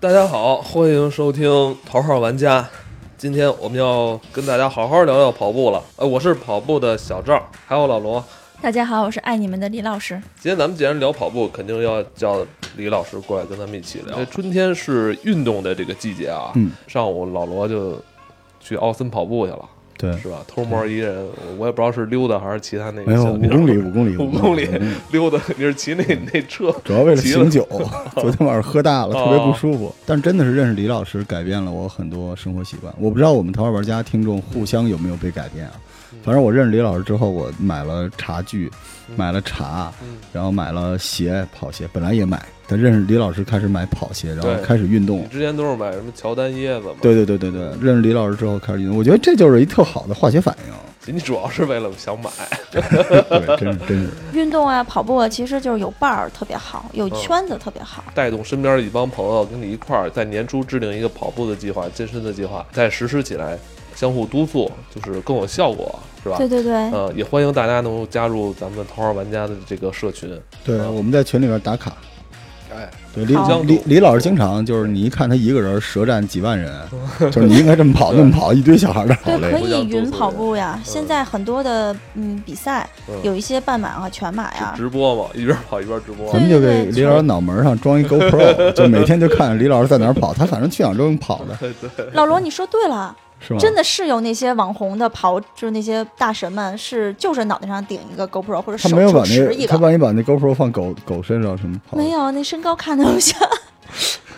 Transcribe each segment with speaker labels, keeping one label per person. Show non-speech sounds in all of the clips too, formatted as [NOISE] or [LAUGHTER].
Speaker 1: 大家好，欢迎收听《头号玩家》。今天我们要跟大家好好聊聊跑步了。呃，我是跑步的小赵，还有老罗。
Speaker 2: 大家好，我是爱你们的李老师。
Speaker 1: 今天咱们既然聊跑步，肯定要叫李老师过来跟咱们一起聊。这春天是运动的这个季节啊。
Speaker 3: 嗯
Speaker 1: 上午老罗就去奥森跑步去了，
Speaker 3: 对，
Speaker 1: 是吧？偷摸一人，我我也不知道是溜达还是骑他那
Speaker 3: 没
Speaker 1: 个
Speaker 3: 有
Speaker 1: 小
Speaker 3: 五
Speaker 1: 电
Speaker 3: 公里，
Speaker 1: 动 [LAUGHS] 五公里嗯
Speaker 3: 五公里，五公里
Speaker 1: 溜达，你是骑那那车？
Speaker 3: 主要为了
Speaker 1: 急了 [LAUGHS]
Speaker 3: 醒酒，昨天晚上喝大了，
Speaker 1: 哦
Speaker 3: 特别不舒服。但真的是认识李老师，改变了我很多生活习惯。我不知道我们桃花玩家听众互相有没有被改变啊。
Speaker 1: 嗯
Speaker 3: 反正我认识李老师之后，我买了茶具，买了茶，
Speaker 1: 嗯
Speaker 3: 然后买了鞋，跑鞋本来也买，但认识李老师开始买跑鞋，然后
Speaker 1: 对
Speaker 3: 开始运动
Speaker 1: 你。之前都是买什么乔丹椰子嘛？
Speaker 3: 对对对对对，认识李老师之后开始运动，我觉得这就是一特好的化学反应。 [LAUGHS]
Speaker 1: 你主要是为了想买。
Speaker 3: 对，真是真是，
Speaker 2: 运动啊，跑步啊，其实就是有伴儿特别好，有圈子特别好。
Speaker 1: 带动身边的一帮朋友跟你一块儿在年初制定一个跑步的计划、健身的计划，再实施起来，相互督促，就是更有效果，是吧？
Speaker 2: 对对对，
Speaker 1: 呃，也欢迎大家能够加入咱们《头号玩家》的这个社群。
Speaker 3: 对，
Speaker 1: 嗯
Speaker 3: 我们在群里边打卡。
Speaker 1: 哎，
Speaker 3: 对，李
Speaker 2: 好
Speaker 3: 李李老师经常就是你一看他一个人舌战几万人， [LAUGHS] 就是你应该这么跑那么跑，一堆小孩儿的跑
Speaker 2: 嗯对，
Speaker 3: 嘞
Speaker 2: 可。
Speaker 1: 不像
Speaker 2: 以云
Speaker 1: 中国
Speaker 2: 跑步呀。现在很多的嗯比赛
Speaker 1: 嗯，
Speaker 2: 有一些半马和全马呀
Speaker 1: 是。直播嘛，一边跑一边直播
Speaker 3: 啊咱。们就给李老师脑门上装一
Speaker 2: [LAUGHS]
Speaker 3: GoPro，就每天就看李老师在哪儿跑，他反正去哪儿都能跑的，
Speaker 1: 对对，
Speaker 2: 老罗，你说对了，
Speaker 3: 是吗？
Speaker 2: 真的是有那些网红的跑，就是那些大神们是就是脑袋上顶一个 GoPro 或者
Speaker 3: 他
Speaker 2: 手
Speaker 3: 没有把
Speaker 2: 手持一
Speaker 3: 那他
Speaker 2: 个，
Speaker 3: 万一把那 GoPro 放狗狗身上什么跑，
Speaker 2: 没有那身高看都不像。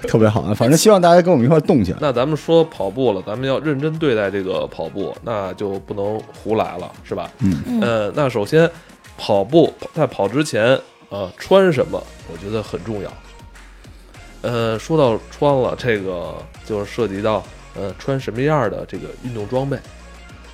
Speaker 3: 特别好啊。反正希望大家跟我们一块儿动起来。
Speaker 1: 那咱们说跑步了，咱们要认真对待这个跑步，那就不能胡来了，是吧？
Speaker 3: 嗯，
Speaker 2: 嗯，
Speaker 1: 呃，那首先，跑步在跑之前，呃，穿什么，我觉得很重要。呃，说到穿了，这个就是涉及到呃穿什么样儿的这个运动装备。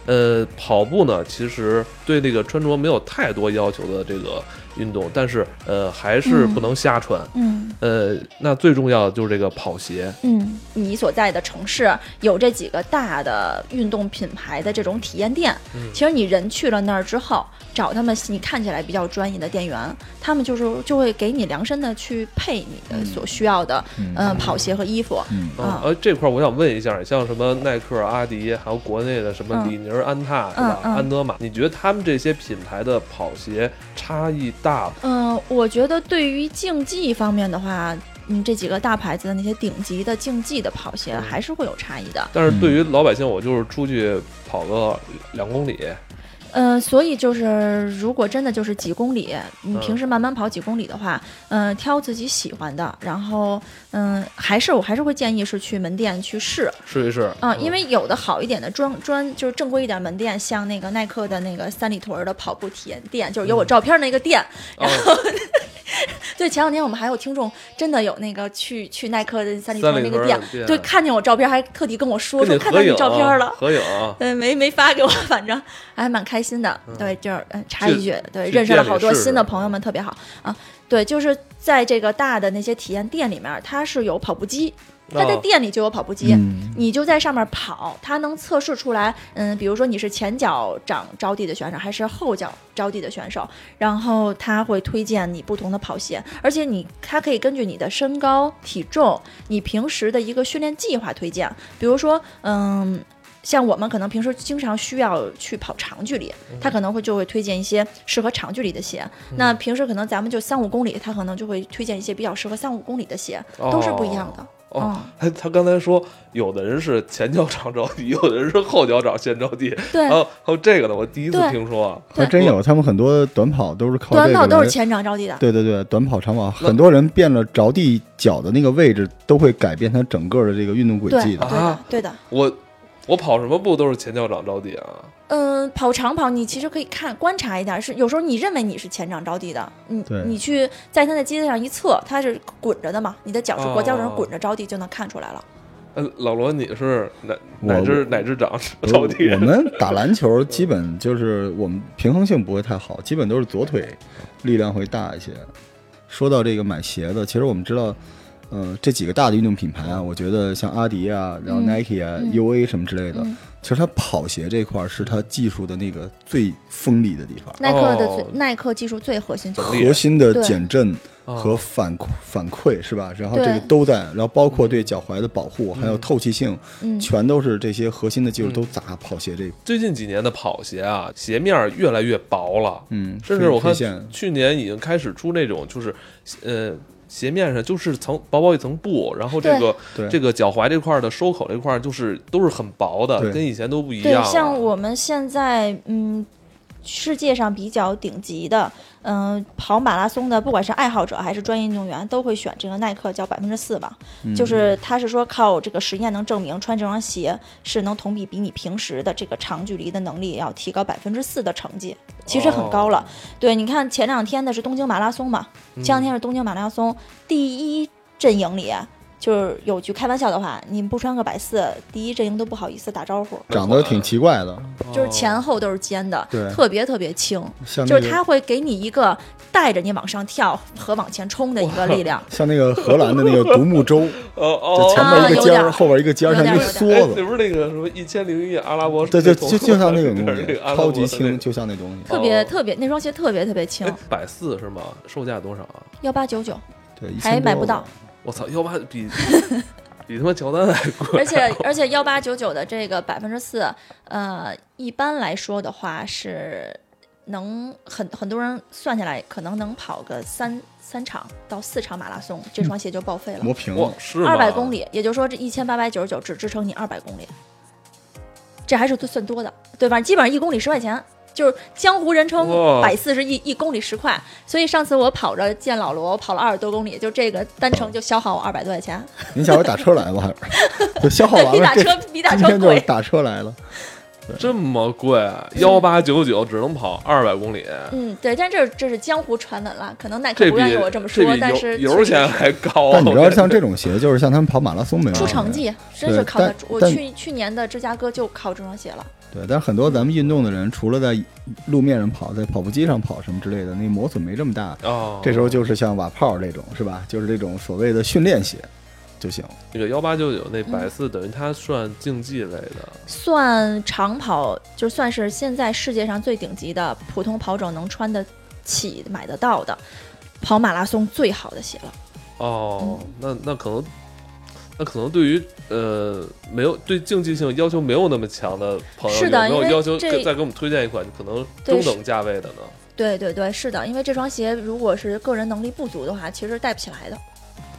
Speaker 1: 呃，跑步呢，其实对这个穿着没有太多要求的这个运动，但是呃还是不能瞎穿。
Speaker 2: 嗯
Speaker 1: 呃，那最重要的就是这个跑鞋，
Speaker 2: 嗯，你所在的城市有这几个大的运动品牌的这种体验店，
Speaker 1: 嗯
Speaker 2: 其实你人去了那儿之后，找他们你看起来比较专业的店员，他们就是就会给你量身的去配你的所需要的，嗯、跑鞋和衣服。
Speaker 3: 嗯，
Speaker 1: 啊
Speaker 2: 啊，
Speaker 1: 呃，这块儿我想问一下，像什么耐克、阿迪，还有国内的什么
Speaker 2: 嗯
Speaker 1: 李宁、安踏，是吧？
Speaker 2: 嗯嗯
Speaker 1: 安德玛，你觉得他们这些品牌的跑鞋差异大吗？
Speaker 2: 嗯、我觉得对于竞技方面的话，嗯，这几个大牌子的那些顶级的竞技的跑鞋
Speaker 1: 嗯
Speaker 2: 还是会有差异的。
Speaker 1: 但是对于老百姓，我就是出去跑个两公里，
Speaker 2: 嗯、所以就是如果真的就是几公里，你
Speaker 1: 嗯
Speaker 2: 平时慢慢跑几公里的话，嗯、挑自己喜欢的，然后嗯、还是我还是会建议是去门店去试
Speaker 1: 试一试
Speaker 2: 啊、因
Speaker 1: 嗯
Speaker 2: 为有的好一点的专专就是正规一点门店，像那个耐克的那个三里屯的跑步体验店，就是有
Speaker 1: 嗯
Speaker 2: 我照片那个店。 [LAUGHS]
Speaker 1: 哦
Speaker 2: 对，前两天我们还有听众真的有那个去去耐克的三里
Speaker 1: 三
Speaker 2: 屯
Speaker 1: 里
Speaker 2: 那个
Speaker 1: 屯
Speaker 2: 店
Speaker 1: 的，店
Speaker 2: 对，看见我照片还特地跟我说
Speaker 1: 跟
Speaker 2: 说
Speaker 1: 你
Speaker 2: 看
Speaker 1: 合
Speaker 2: 到你
Speaker 1: 影
Speaker 2: 照片了。
Speaker 1: 合影
Speaker 2: [LAUGHS]
Speaker 1: 啊。
Speaker 2: 对，呃没没发给我，反正还蛮开心的。对，就是呃插一句，对，
Speaker 1: 嗯去
Speaker 2: 认识了
Speaker 1: 店里
Speaker 2: 好多
Speaker 1: 试试嗯
Speaker 2: 新的朋友们，特别好啊。对，就是在这个大的那些体验店里面，它是有跑步机，它在
Speaker 1: 哦
Speaker 2: 店里就有跑步机。
Speaker 3: 嗯
Speaker 2: 你就在上面跑，它能测试出来，嗯，比如说你是前脚掌着地的选手还是后脚着地的选手，然后它会推荐你不同的跑鞋，而且你它可以根据你的身高、体重、你平时的一个训练计划推荐，比如说，嗯。像我们可能平时经常需要去跑长距离，他可能会就会推荐一些适合长距离的鞋。
Speaker 1: 嗯
Speaker 2: 那平时可能咱们就三五公里，他可能就会推荐一些比较适合三五公里的鞋，都是不一样的。
Speaker 1: 哦，他他刚才说，有的人是前脚掌着地，有的人是后脚掌先着地，
Speaker 2: 嗯对，
Speaker 1: 还有还有这个呢，我第一次
Speaker 2: 对
Speaker 1: 听说啊。
Speaker 3: 还真有，他们很多短跑都是靠
Speaker 2: 短
Speaker 3: 这
Speaker 2: 跑
Speaker 3: 个
Speaker 2: 都
Speaker 3: 来
Speaker 2: 是前掌着地的。
Speaker 3: 对对对，短跑、长跑，
Speaker 1: 那
Speaker 3: 很多人变了着地脚的那个位置，都会改变他整个的这个运动轨迹的。
Speaker 1: 啊
Speaker 2: 对的，对的。
Speaker 1: 我我跑什么步都是前脚掌着地啊。
Speaker 2: 嗯，跑长跑你其实可以看观察一下，是有时候你认为你是前掌着地的，你
Speaker 3: 对
Speaker 2: 你去在它的机子上一测，它是滚着的嘛，你的脚是裹脚掌
Speaker 1: 哦
Speaker 2: 滚着着地就能看出来了。
Speaker 1: 呃，老罗，你是哪
Speaker 3: 我
Speaker 1: 哪只哪只掌 [LAUGHS]
Speaker 3: 我
Speaker 1: 着地？
Speaker 3: 我们打篮球基本就是我们平衡性不会太好，基本都是左腿力量会大一些。说到这个买鞋子，其实我们知道，呃，这几个大的运动品牌啊，我觉得像阿迪啊，然后
Speaker 2: 嗯
Speaker 3: Nike 啊、
Speaker 2: 嗯
Speaker 3: UA 什么之类的，
Speaker 2: 嗯
Speaker 3: 其实他跑鞋这块儿是他技术的那个最锋利的地方，
Speaker 2: 耐克的最、
Speaker 1: 哦
Speaker 2: 耐克技术最核心就是
Speaker 1: 整理
Speaker 3: 核心的
Speaker 2: 对
Speaker 3: 减震
Speaker 1: 啊
Speaker 3: 和反馈反馈是吧？然后这
Speaker 2: 对
Speaker 3: 个都在，然后包括
Speaker 1: 嗯
Speaker 3: 对脚踝的保护，还有透气性，
Speaker 2: 嗯，
Speaker 3: 全都是这些核心的技
Speaker 1: 嗯
Speaker 3: 术都砸跑鞋这一块。
Speaker 1: [LAUGHS] 最近几年的跑鞋啊，鞋面儿越来越薄了，
Speaker 3: 嗯，
Speaker 1: 甚至我看
Speaker 3: 黑线
Speaker 1: 去年已经开始出那种就是呃鞋面上就是层薄薄一层布，然后这个
Speaker 3: 对
Speaker 1: 这个脚踝这块儿的收口这块儿就是都是很薄的，
Speaker 3: 对
Speaker 1: 跟以前都不一
Speaker 2: 对
Speaker 1: 样，了。啊
Speaker 2: 像我们现在嗯。世界上比较顶级的，嗯、跑马拉松的，不管是爱好者还是专业运动员，都会选这个耐克叫百分之四吧。
Speaker 1: 嗯
Speaker 2: 就是他是说靠这个实验能证明，穿这双鞋是能同比比你平时的这个长距离的能力要提高百分之四的成绩，其实很高
Speaker 1: 哦
Speaker 2: 了。对，你看前两天的是东京马拉松嘛，
Speaker 1: 嗯
Speaker 2: 前两天是东京马拉松、第一阵营里。就是有句开玩笑的话，你们不穿个百四，第一阵营都不好意思打招呼。
Speaker 3: 长得挺奇怪的，
Speaker 2: 就是
Speaker 1: 哦
Speaker 2: 前后都是尖的，
Speaker 3: 哦对
Speaker 2: 特别特别轻，
Speaker 3: 像
Speaker 2: 就
Speaker 3: 那
Speaker 2: 是
Speaker 3: 个
Speaker 2: 它会给你一个带着你往上跳和往前冲的一个力量。
Speaker 3: 像那个荷兰的那个独木
Speaker 1: [LAUGHS]
Speaker 3: 舟，
Speaker 1: 哦
Speaker 3: 就
Speaker 1: 哦，
Speaker 3: 前面
Speaker 2: 啊
Speaker 3: 一个
Speaker 2: 有
Speaker 3: 尖
Speaker 2: 点
Speaker 3: 儿，
Speaker 2: 儿
Speaker 3: 后边一个尖儿，
Speaker 2: 有
Speaker 3: 像
Speaker 2: 点
Speaker 3: 一
Speaker 2: 儿有
Speaker 3: 个
Speaker 1: 哎
Speaker 3: 梭，
Speaker 1: 那
Speaker 3: 子。
Speaker 1: 不是那个什么一千零一夜阿拉伯
Speaker 3: 对对，就就像那
Speaker 1: 那
Speaker 3: 种东
Speaker 1: 那
Speaker 3: 西
Speaker 1: 个，阿拉伯
Speaker 3: 超级
Speaker 1: 的那
Speaker 3: 轻，
Speaker 1: 个
Speaker 3: 就像那东西。
Speaker 2: 特别
Speaker 1: 哦
Speaker 2: 特别，那双鞋特别特别轻
Speaker 1: 哎，，百四是吗？售价多少啊？
Speaker 2: 幺八九九，
Speaker 3: 对，一
Speaker 2: 还
Speaker 3: 千多
Speaker 2: 买不到。
Speaker 1: 我操，幺八
Speaker 3: [LAUGHS]
Speaker 1: 比比他妈乔丹还贵。
Speaker 2: 而且而且幺八九九的这个百分之四，呃，一般来说的话是能很很多人算下来可能能跑个三三场到四场马拉松，
Speaker 3: 嗯
Speaker 2: 这双鞋就报废了。
Speaker 3: 磨平
Speaker 1: 哇
Speaker 3: 了，，
Speaker 1: 是吗
Speaker 2: 二百公里，也就是说这一千八百九十九只支撑你二百公里，这还是算多的，对吧？基本上一公里十块钱，就是江湖人称
Speaker 1: 哇
Speaker 2: 百四十一一公里十块。所以上次我跑着见老罗，我跑了二十多公里，就这个单程就消耗我二百多块钱，
Speaker 3: 您下回打车来吧，
Speaker 2: [LAUGHS]
Speaker 3: 还是就消耗完
Speaker 2: 比
Speaker 3: 了
Speaker 2: 打
Speaker 3: 这。
Speaker 2: 车
Speaker 1: [LAUGHS]
Speaker 2: 比打
Speaker 3: 今
Speaker 2: 车
Speaker 3: 天就是
Speaker 2: 贵。
Speaker 3: 打车来了，
Speaker 1: 这么贵，幺八九九只能跑二百公里，
Speaker 2: 嗯，对，但这这是江湖传闻了，可能耐克
Speaker 1: 这
Speaker 2: 不
Speaker 1: 比
Speaker 2: 愿意我这么说
Speaker 1: 这，比
Speaker 2: 但
Speaker 1: 油
Speaker 2: 是
Speaker 1: 油
Speaker 2: 确实
Speaker 1: 钱啊
Speaker 2: 是
Speaker 1: 还高。
Speaker 3: 但你知道像这种鞋，就是像他们跑马拉松没有
Speaker 2: 出
Speaker 3: 用
Speaker 2: 成
Speaker 3: 的
Speaker 2: 绩，真
Speaker 3: 对
Speaker 2: 是靠它
Speaker 3: 但
Speaker 2: 出。我
Speaker 3: 但
Speaker 2: 去去年的芝加哥就靠这双鞋了。
Speaker 3: 对，但是很多咱们运动的人，除了在路面上跑，在跑步机上跑什么之类的，那磨损没这么大。
Speaker 1: 哦，
Speaker 3: 这时候就是像瓦炮这种，是吧？就是这种所谓的训练鞋就行。
Speaker 1: 那个幺八九九那
Speaker 3: 嗯
Speaker 1: 百四等于它算竞技类的，
Speaker 2: 算长跑，就算是现在世界上最顶级的普通跑者能穿得起、买得到的，跑马拉松最好的鞋了。
Speaker 1: 哦，
Speaker 3: 嗯
Speaker 1: 那那可能，那可能对于呃没有对竞技性要求没有那么强的朋友，
Speaker 2: 是的
Speaker 1: 有没有
Speaker 2: 因为
Speaker 1: 要求
Speaker 2: 这
Speaker 1: 给再给我们推荐一款可能
Speaker 2: 对
Speaker 1: 中
Speaker 2: 是
Speaker 1: 等价位的呢？
Speaker 2: 对对对，是的，因为这双鞋如果是个人能力不足的话，其实带不起来的。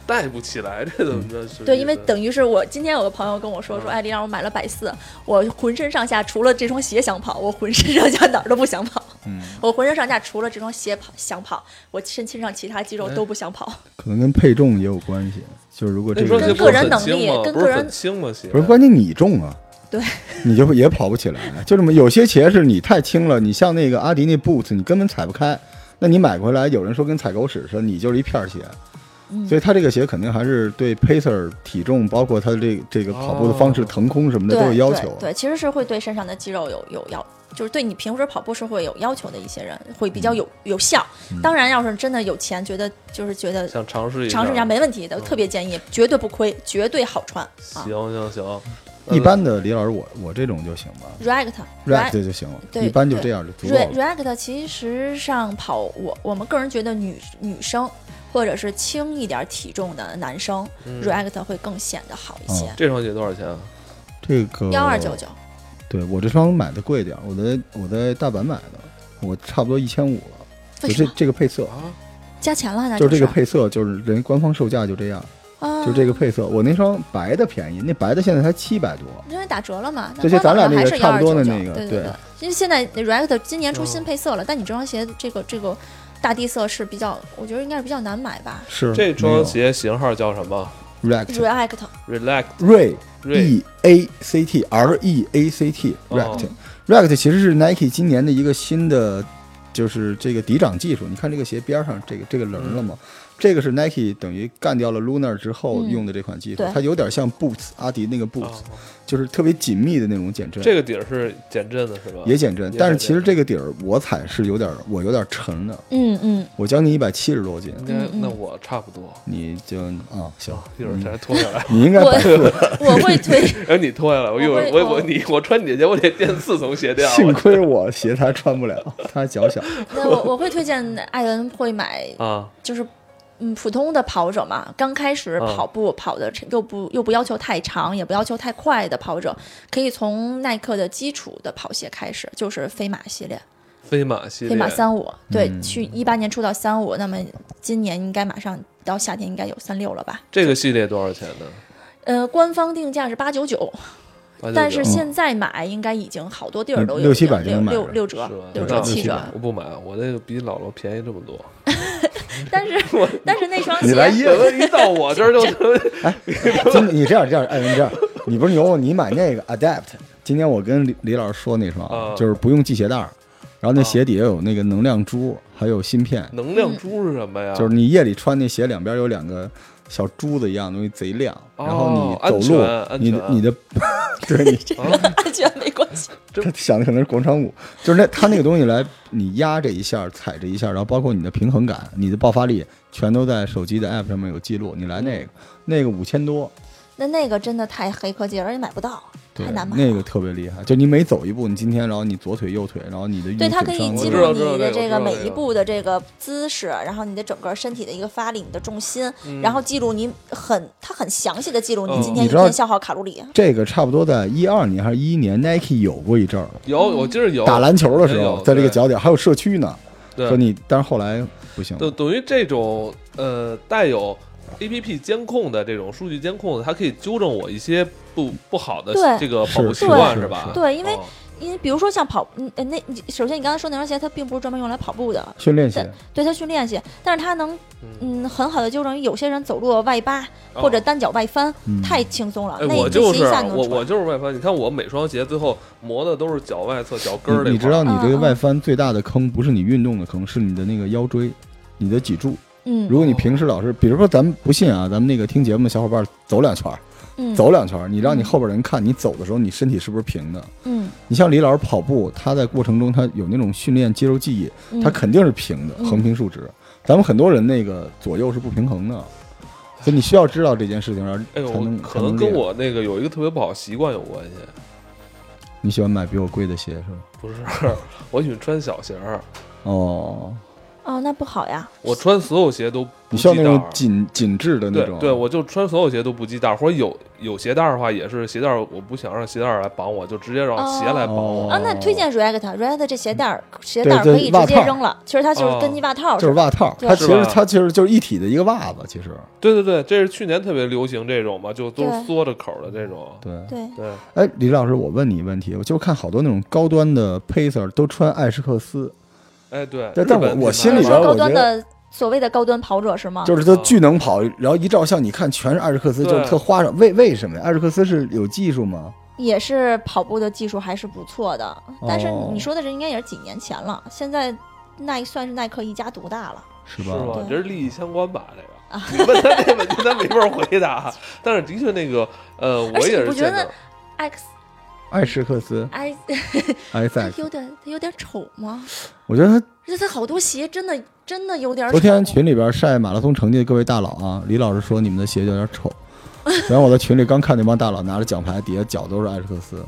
Speaker 1: 带不起来，这怎么着？是
Speaker 2: 嗯对，
Speaker 1: 意
Speaker 2: 因为
Speaker 1: 思
Speaker 2: 等于是我今天有个朋友跟我说，说
Speaker 1: 嗯
Speaker 2: 哎艾丽让我买了百四，我浑身上下除了这双鞋想跑，我浑身上下哪儿都不想跑，
Speaker 3: 嗯，
Speaker 2: 我浑身上下除了这双鞋跑想跑，我身体上其他肌肉都不想跑。
Speaker 3: 可能跟配重也有关系。就是如果这
Speaker 1: 那
Speaker 3: 个
Speaker 1: 双鞋不是
Speaker 2: 跟个人
Speaker 1: 很
Speaker 2: 能
Speaker 1: 轻
Speaker 2: 力
Speaker 1: 吗？
Speaker 2: 跟
Speaker 1: 不是
Speaker 2: 个人
Speaker 1: 很轻吗？鞋
Speaker 3: 不是关键你重啊，
Speaker 2: 对，
Speaker 3: 你就也跑不起来。就这么有些鞋是你太轻了，你像那个阿迪那 Boots，你根本踩不开。那你买回来，有人说跟踩狗屎似的，你就是一片儿鞋。
Speaker 2: 嗯
Speaker 3: 所以它这个鞋肯定还是对 pacer 体重，包括它这这个跑步的方式、
Speaker 1: 哦
Speaker 3: 腾空什么的
Speaker 2: 对
Speaker 3: 都有要求。啊
Speaker 2: 对。对，其实是会对身上的肌肉有有要，就是对你平时跑步是会有要求的一些人，会比
Speaker 3: 嗯
Speaker 2: 较有、有效。当然，要是真的有钱，觉得就是觉得
Speaker 1: 想尝试一下，
Speaker 2: 尝试一下没问题的，
Speaker 1: 嗯
Speaker 2: 特别建议，绝对不亏，绝对好穿啊
Speaker 1: 行。行行，嗯
Speaker 3: 一般的李老师，我我这种就行吧
Speaker 2: React
Speaker 3: ，rap 这就行了，
Speaker 2: 对
Speaker 3: 一般就这样就足够
Speaker 2: Re-
Speaker 3: 了。
Speaker 2: React 其实上跑，我我们个人觉得女女生或者是轻一点体重的男生、
Speaker 1: 嗯
Speaker 2: React 会更显得好一些
Speaker 3: 哦。
Speaker 1: 这双鞋多少钱啊？
Speaker 3: 这个
Speaker 2: 幺二九九，
Speaker 3: 对我这双买的贵点儿，我在我在大阪买的，我差不多一千五了。就
Speaker 2: 为什
Speaker 3: 这
Speaker 2: 么
Speaker 3: 这个配色，
Speaker 1: 啊，
Speaker 2: 加钱了？那
Speaker 3: 就是
Speaker 2: 是
Speaker 3: 这个配色，就是人官方售价就这样，
Speaker 2: 啊，
Speaker 3: 就这个配色。我那双白的便宜，那白的现在才七百多。
Speaker 2: 因为打折了嘛，那
Speaker 3: 对就
Speaker 2: 官
Speaker 3: 咱俩
Speaker 2: 网上
Speaker 3: 那
Speaker 2: 还
Speaker 3: 个
Speaker 2: 是
Speaker 3: 差不多的
Speaker 2: 1299
Speaker 3: 那个
Speaker 2: 对
Speaker 3: 对嗯
Speaker 2: 对。因为现在 React 今年出新配色了，但你这双鞋这个这个大地色是比较，我觉得应该是比较难买吧。
Speaker 3: 是
Speaker 1: 这双鞋型号叫什么
Speaker 3: React
Speaker 2: React
Speaker 1: ？Relax
Speaker 3: Ray
Speaker 1: Ray
Speaker 3: E A C T R E A C T
Speaker 1: 哦
Speaker 3: React React 其实是 Nike 今年的一个新的就是这个底掌技术。你看这个鞋边上这个这个棱儿了吗？这个是 Nike 等于干掉了 Lunar 之后
Speaker 2: 嗯
Speaker 3: 用的这款技术，
Speaker 2: 对
Speaker 3: 它有点像 Boots 阿迪那个 Boots，、
Speaker 1: 哦
Speaker 3: 就是特别紧密的那种减震。
Speaker 1: 这个底儿是减震的是吧？
Speaker 3: 也减震
Speaker 1: 也，
Speaker 3: 但是
Speaker 1: 减
Speaker 3: 其实
Speaker 1: 震
Speaker 3: 这个底儿我踩是有点儿，我有点儿沉的，
Speaker 2: 嗯嗯，
Speaker 3: 我将近一百七十多斤，
Speaker 1: 应该
Speaker 2: 嗯嗯
Speaker 1: 那我差不多。
Speaker 3: 你就啊
Speaker 1: [LAUGHS]
Speaker 3: 行
Speaker 1: 啊，一会儿再脱下来， [LAUGHS]
Speaker 3: 你应该
Speaker 2: 我
Speaker 3: 百 [LAUGHS] 度，
Speaker 2: [LAUGHS] 我会推，
Speaker 1: 然后你脱下来，我一会儿
Speaker 2: 我会
Speaker 1: 我我
Speaker 2: 我
Speaker 1: 你我穿你的鞋，我得垫四层鞋 [LAUGHS] 垫。啊
Speaker 3: 幸亏我鞋他穿不
Speaker 1: [LAUGHS]
Speaker 3: 了，他脚小，
Speaker 2: 那我我会推荐艾伦会买
Speaker 1: 我啊，
Speaker 2: 就是嗯普通的跑者嘛，刚开始
Speaker 1: 嗯
Speaker 2: 跑步跑的又不又不要求太长，也不要求太快的跑者，可以从耐克的基础的跑鞋开始，就是飞马系列，
Speaker 1: 飞马系
Speaker 2: 飞
Speaker 1: 列，
Speaker 2: 马三五，对，
Speaker 3: 嗯
Speaker 2: 去一八年出到三五，那么今年应该马上到夏天应该有三六了吧？
Speaker 1: 这个系列多少钱呢？
Speaker 2: 呃，官方定价是八九九，
Speaker 1: 八九
Speaker 2: 但
Speaker 1: 九
Speaker 2: 是现在买应该已经好多地儿都有
Speaker 3: 嗯六七百就
Speaker 2: 六
Speaker 3: 能买
Speaker 2: 六
Speaker 3: 了
Speaker 2: 六折
Speaker 1: 是吧？、
Speaker 2: 六
Speaker 1: 那
Speaker 2: 折、
Speaker 1: 我
Speaker 2: 七
Speaker 1: 不
Speaker 2: 折
Speaker 1: 买，我不买，我这个比老罗便宜这么多。
Speaker 2: 但是但是那双
Speaker 3: 你来
Speaker 2: [LAUGHS] 鞋
Speaker 3: 耶
Speaker 1: 怎么一到我这儿就 [LAUGHS]
Speaker 3: 今你这样这样，艾文这样，你不是牛，你买那个 Adapt。今天我跟李李老师说那双
Speaker 1: 啊，
Speaker 3: 就是不用系鞋带儿，然后那
Speaker 1: 啊
Speaker 3: 鞋底下有那个能量珠，还有芯片，
Speaker 1: 能量珠是什么呀？
Speaker 3: 就是你夜里穿那鞋两边有两个小珠子一样的东西贼亮，
Speaker 1: 哦
Speaker 3: 然后你走
Speaker 1: 安全
Speaker 3: 路，
Speaker 1: 安
Speaker 3: 你
Speaker 1: 全
Speaker 3: 的你的， [LAUGHS] 对你
Speaker 2: 安全没关系，
Speaker 3: 他 [LAUGHS] 想的可能是广场舞，就是那他那个东西来，你压这一下，踩这一下，然后包括你的平衡感、你的爆发力，全都在手机的 app 上面有记录。你来那个，那个五千多，
Speaker 2: 那那个真的太黑科技了，而且买不到，
Speaker 3: 对
Speaker 2: 太难，买了。
Speaker 3: 那个特别厉害。就你每走一步，你今天，然后你左腿、右腿，然后你的运
Speaker 2: 对，它
Speaker 3: 动
Speaker 2: 可以
Speaker 3: 损
Speaker 2: 记
Speaker 1: 我知道
Speaker 3: 伤，
Speaker 2: 录
Speaker 1: 知道
Speaker 2: 你
Speaker 1: 这个
Speaker 2: 的这
Speaker 1: 我
Speaker 2: 个
Speaker 1: 知道
Speaker 2: 每
Speaker 1: 这
Speaker 2: 一
Speaker 1: 个
Speaker 2: 步的这个姿势，然后你的整个身体的一个发力，你的重心，然后记录你很它很详细的记录你今
Speaker 1: 嗯
Speaker 2: 天
Speaker 3: 你
Speaker 2: 一
Speaker 3: 知道
Speaker 2: 天消耗卡路里。
Speaker 3: 这个差不多在一二年还是一一年，Nike 有过一阵儿，
Speaker 1: 有，我记得有
Speaker 3: 打篮球的时
Speaker 1: 也
Speaker 3: 候
Speaker 1: 有，
Speaker 3: 在这个
Speaker 1: 对
Speaker 3: 脚底还有社区呢，
Speaker 1: 对
Speaker 3: 说你，但是后来不行了
Speaker 1: 等等于这种呃带有 A P P 监控的这种数据监控的，它可以纠正我一些不不好的
Speaker 2: 对
Speaker 1: 这个跑步
Speaker 3: 是
Speaker 1: 习惯
Speaker 3: 是
Speaker 1: 吧？
Speaker 3: 是
Speaker 2: 对，因为
Speaker 1: 哦
Speaker 2: 因为比如说像跑，嗯，呃那你首先你刚才说那双鞋，它并不是专门用来跑步的，
Speaker 3: 训练鞋。
Speaker 2: 对它训练鞋，但是它能，嗯，很好的纠正于有些人走路外八
Speaker 1: 哦
Speaker 2: 或者单脚外翻
Speaker 3: 嗯，
Speaker 2: 太轻松了
Speaker 1: 哎，，
Speaker 2: 那
Speaker 1: 我
Speaker 2: 你
Speaker 1: 就
Speaker 2: 这
Speaker 1: 是
Speaker 2: 鞋一下就能
Speaker 1: 我
Speaker 2: 出来
Speaker 1: 我就是外翻，你看我每双鞋最后磨的都是脚外侧脚跟儿
Speaker 3: 你
Speaker 1: 这
Speaker 3: 你
Speaker 1: 块儿
Speaker 3: 知道，你这个
Speaker 2: 嗯嗯
Speaker 3: 外翻最大的坑不是你运动的坑，是你的那个腰椎，你的脊柱。
Speaker 2: 嗯
Speaker 3: 如果你平时老是，比如说咱们不信啊，咱们那个听节目的小伙伴走两圈儿，
Speaker 2: 嗯
Speaker 3: 走两圈儿，你让你后边人看你走的时候，你身体是不是平的？
Speaker 2: 嗯，
Speaker 3: 你像李老师跑步，他在过程中他有那种训练肌肉记忆，
Speaker 2: 嗯
Speaker 3: 他肯定是平的，
Speaker 2: 嗯
Speaker 3: 横平竖直。咱们很多人那个左右是不平衡的，所以你需要知道这件事情，然后
Speaker 1: 哎呦，
Speaker 3: 才能
Speaker 1: 可
Speaker 3: 才
Speaker 1: 能
Speaker 3: 能
Speaker 1: 跟
Speaker 3: 练
Speaker 1: 我那个有一个特别不好的习惯有关系，
Speaker 3: 你喜欢买比我贵的鞋是吗？
Speaker 1: 不是， [LAUGHS] 我喜欢穿小鞋儿，
Speaker 3: 哦，
Speaker 2: 哦，那不好呀，
Speaker 1: 我穿所有鞋都不
Speaker 3: 你需要
Speaker 1: 系
Speaker 3: 那
Speaker 1: 带
Speaker 3: 种
Speaker 1: 儿。
Speaker 3: 紧紧致的那
Speaker 1: 对
Speaker 3: 种，
Speaker 1: 对，我就穿所有鞋都不系带儿，或者有有鞋带儿的话，也是鞋带儿，我不想让鞋带儿来绑我，就直接让鞋来绑我。
Speaker 3: 哦
Speaker 2: 啊，那推荐 React，React 这鞋带儿，鞋
Speaker 3: 对
Speaker 2: 带儿
Speaker 3: 这
Speaker 2: 可以直
Speaker 3: 袜
Speaker 2: 接
Speaker 3: 套
Speaker 2: 扔了，其实它就是
Speaker 1: 哦
Speaker 2: 跟你袜套似的。
Speaker 3: 就是袜套，
Speaker 2: 对
Speaker 3: 它其
Speaker 1: 是
Speaker 3: 实
Speaker 1: 吧
Speaker 3: 它其实就是一体的一个袜子，其实
Speaker 1: 对对对，这是去年特别流行这种嘛，就都是
Speaker 2: 对
Speaker 1: 缩着口儿的这种。
Speaker 3: 对。
Speaker 2: 对，
Speaker 1: 对，
Speaker 3: 哎，李老师，我问你一问题，我就看好多那种高端的 Pacer 都穿艾士克斯，
Speaker 1: 哎对。
Speaker 3: 但
Speaker 1: 日
Speaker 3: 但我
Speaker 1: 本
Speaker 3: 我
Speaker 1: 品
Speaker 3: 心
Speaker 1: 牌
Speaker 3: 里
Speaker 2: 你
Speaker 3: 边
Speaker 1: 嘛
Speaker 2: 说
Speaker 3: 我
Speaker 2: 高
Speaker 3: 觉
Speaker 2: 端
Speaker 3: 得
Speaker 2: 的所谓的高端跑者是吗？
Speaker 3: 就是他
Speaker 1: 啊
Speaker 3: 巨能跑，然后一照相，你看全是艾士克斯，就
Speaker 1: 对
Speaker 3: 是特花哨。为为什么呀？艾士克斯是有技术吗？
Speaker 2: 也是跑步的技术还是不错的，但是
Speaker 3: 哦
Speaker 2: 你说的这应该也是几年前了，现在耐算是耐克一家独大了。
Speaker 3: 是
Speaker 1: 是
Speaker 3: 吧？
Speaker 1: 吗？
Speaker 2: 对啊
Speaker 1: 这是利益相关吧？这 [LAUGHS] 个，你问他这问题，他没法回答。啊但是的确，那个呃，我
Speaker 2: 而且
Speaker 1: 也
Speaker 2: 你
Speaker 1: 是
Speaker 2: 不觉
Speaker 1: 见
Speaker 2: 得
Speaker 1: 到
Speaker 2: X
Speaker 3: 艾士克斯
Speaker 2: I 它
Speaker 3: SX，
Speaker 2: 哎 [LAUGHS] 有点它有点丑吗？
Speaker 3: 我觉得他
Speaker 2: 而且它好多鞋真的真的有点丑。
Speaker 3: 昨天群里边晒马拉松成绩的各位大佬啊，李老师说你们的鞋有点丑，
Speaker 2: [LAUGHS]
Speaker 3: 然后我在群里刚看那帮大佬拿着奖牌，底下脚都是艾士克斯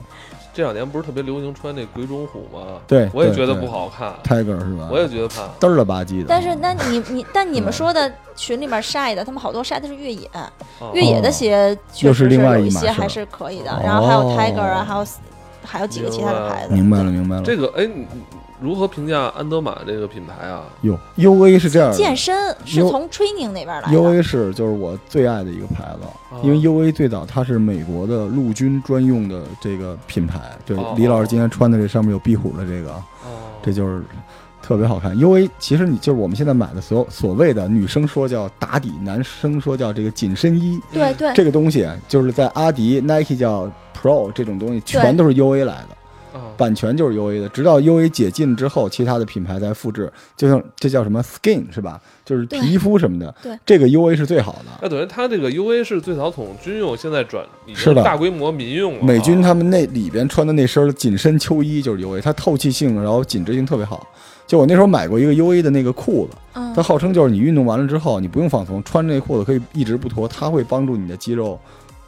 Speaker 1: 这两年不是特别流行穿那鬼冢虎吗？
Speaker 3: 对
Speaker 1: 我也
Speaker 3: 对
Speaker 1: 觉得
Speaker 3: 对
Speaker 1: 不好看，
Speaker 3: ，Tiger 是吧？
Speaker 1: 我也觉得怕。
Speaker 3: 嘚儿了吧唧的。
Speaker 2: 但是那你你但你们说的
Speaker 3: 嗯
Speaker 2: 群里面晒的，他们好多晒的是越野，
Speaker 1: 啊
Speaker 2: 越野的鞋确
Speaker 3: 哦又
Speaker 2: 实
Speaker 3: 是另外
Speaker 2: 有
Speaker 3: 一
Speaker 2: 一
Speaker 3: 码
Speaker 2: 些
Speaker 3: 事儿
Speaker 2: 还是可以的
Speaker 3: 哦，
Speaker 2: 然后还有 Tiger 啊，还有还有几个其他的牌子。
Speaker 3: 明白了，明白了。
Speaker 1: 这个哎，你如何评价安德玛这个品牌啊？
Speaker 3: 哟，U A 是这样的，
Speaker 2: 健身是
Speaker 3: U-
Speaker 2: 从 training 那边来的。
Speaker 3: U A 是就是我最爱的一个牌子
Speaker 1: 哦，
Speaker 3: 因为 U A 最早它是美国的陆军专用的这个品牌。对
Speaker 1: 哦，
Speaker 3: 李老师今天穿的这上面有壁虎的这个，啊，
Speaker 1: 哦
Speaker 3: 这就是特别好看。U A 其实你就是我们现在买的所有所谓的女生说叫打底，男生说叫这个紧身衣，
Speaker 2: 对对
Speaker 3: 啊这个东西就是在阿迪、Nike 叫 Pro 这种东西，全都是 U A 来的。
Speaker 1: 啊，
Speaker 3: 版权就是 U A 的，直到 U A 解禁之后，其他的品牌才复制。就像这叫什么 skin 是吧？就是
Speaker 2: 对
Speaker 3: 皮肤什么的。
Speaker 2: 对
Speaker 3: 这个 U A 是最好的。
Speaker 1: 那等于它这个 UA 是最早从军用，现在转已经
Speaker 3: 是的
Speaker 1: 大规模民用了啊。
Speaker 3: 美军他们那里边穿的那身紧身秋衣就是 U A，它透气性然后紧致性特别好。就我那时候买过一个 U A 的那个裤子，
Speaker 2: 嗯
Speaker 3: 它，号称就是你运动完了之后，你不用放松，穿这裤子可以一直不脱，它会帮助你的肌肉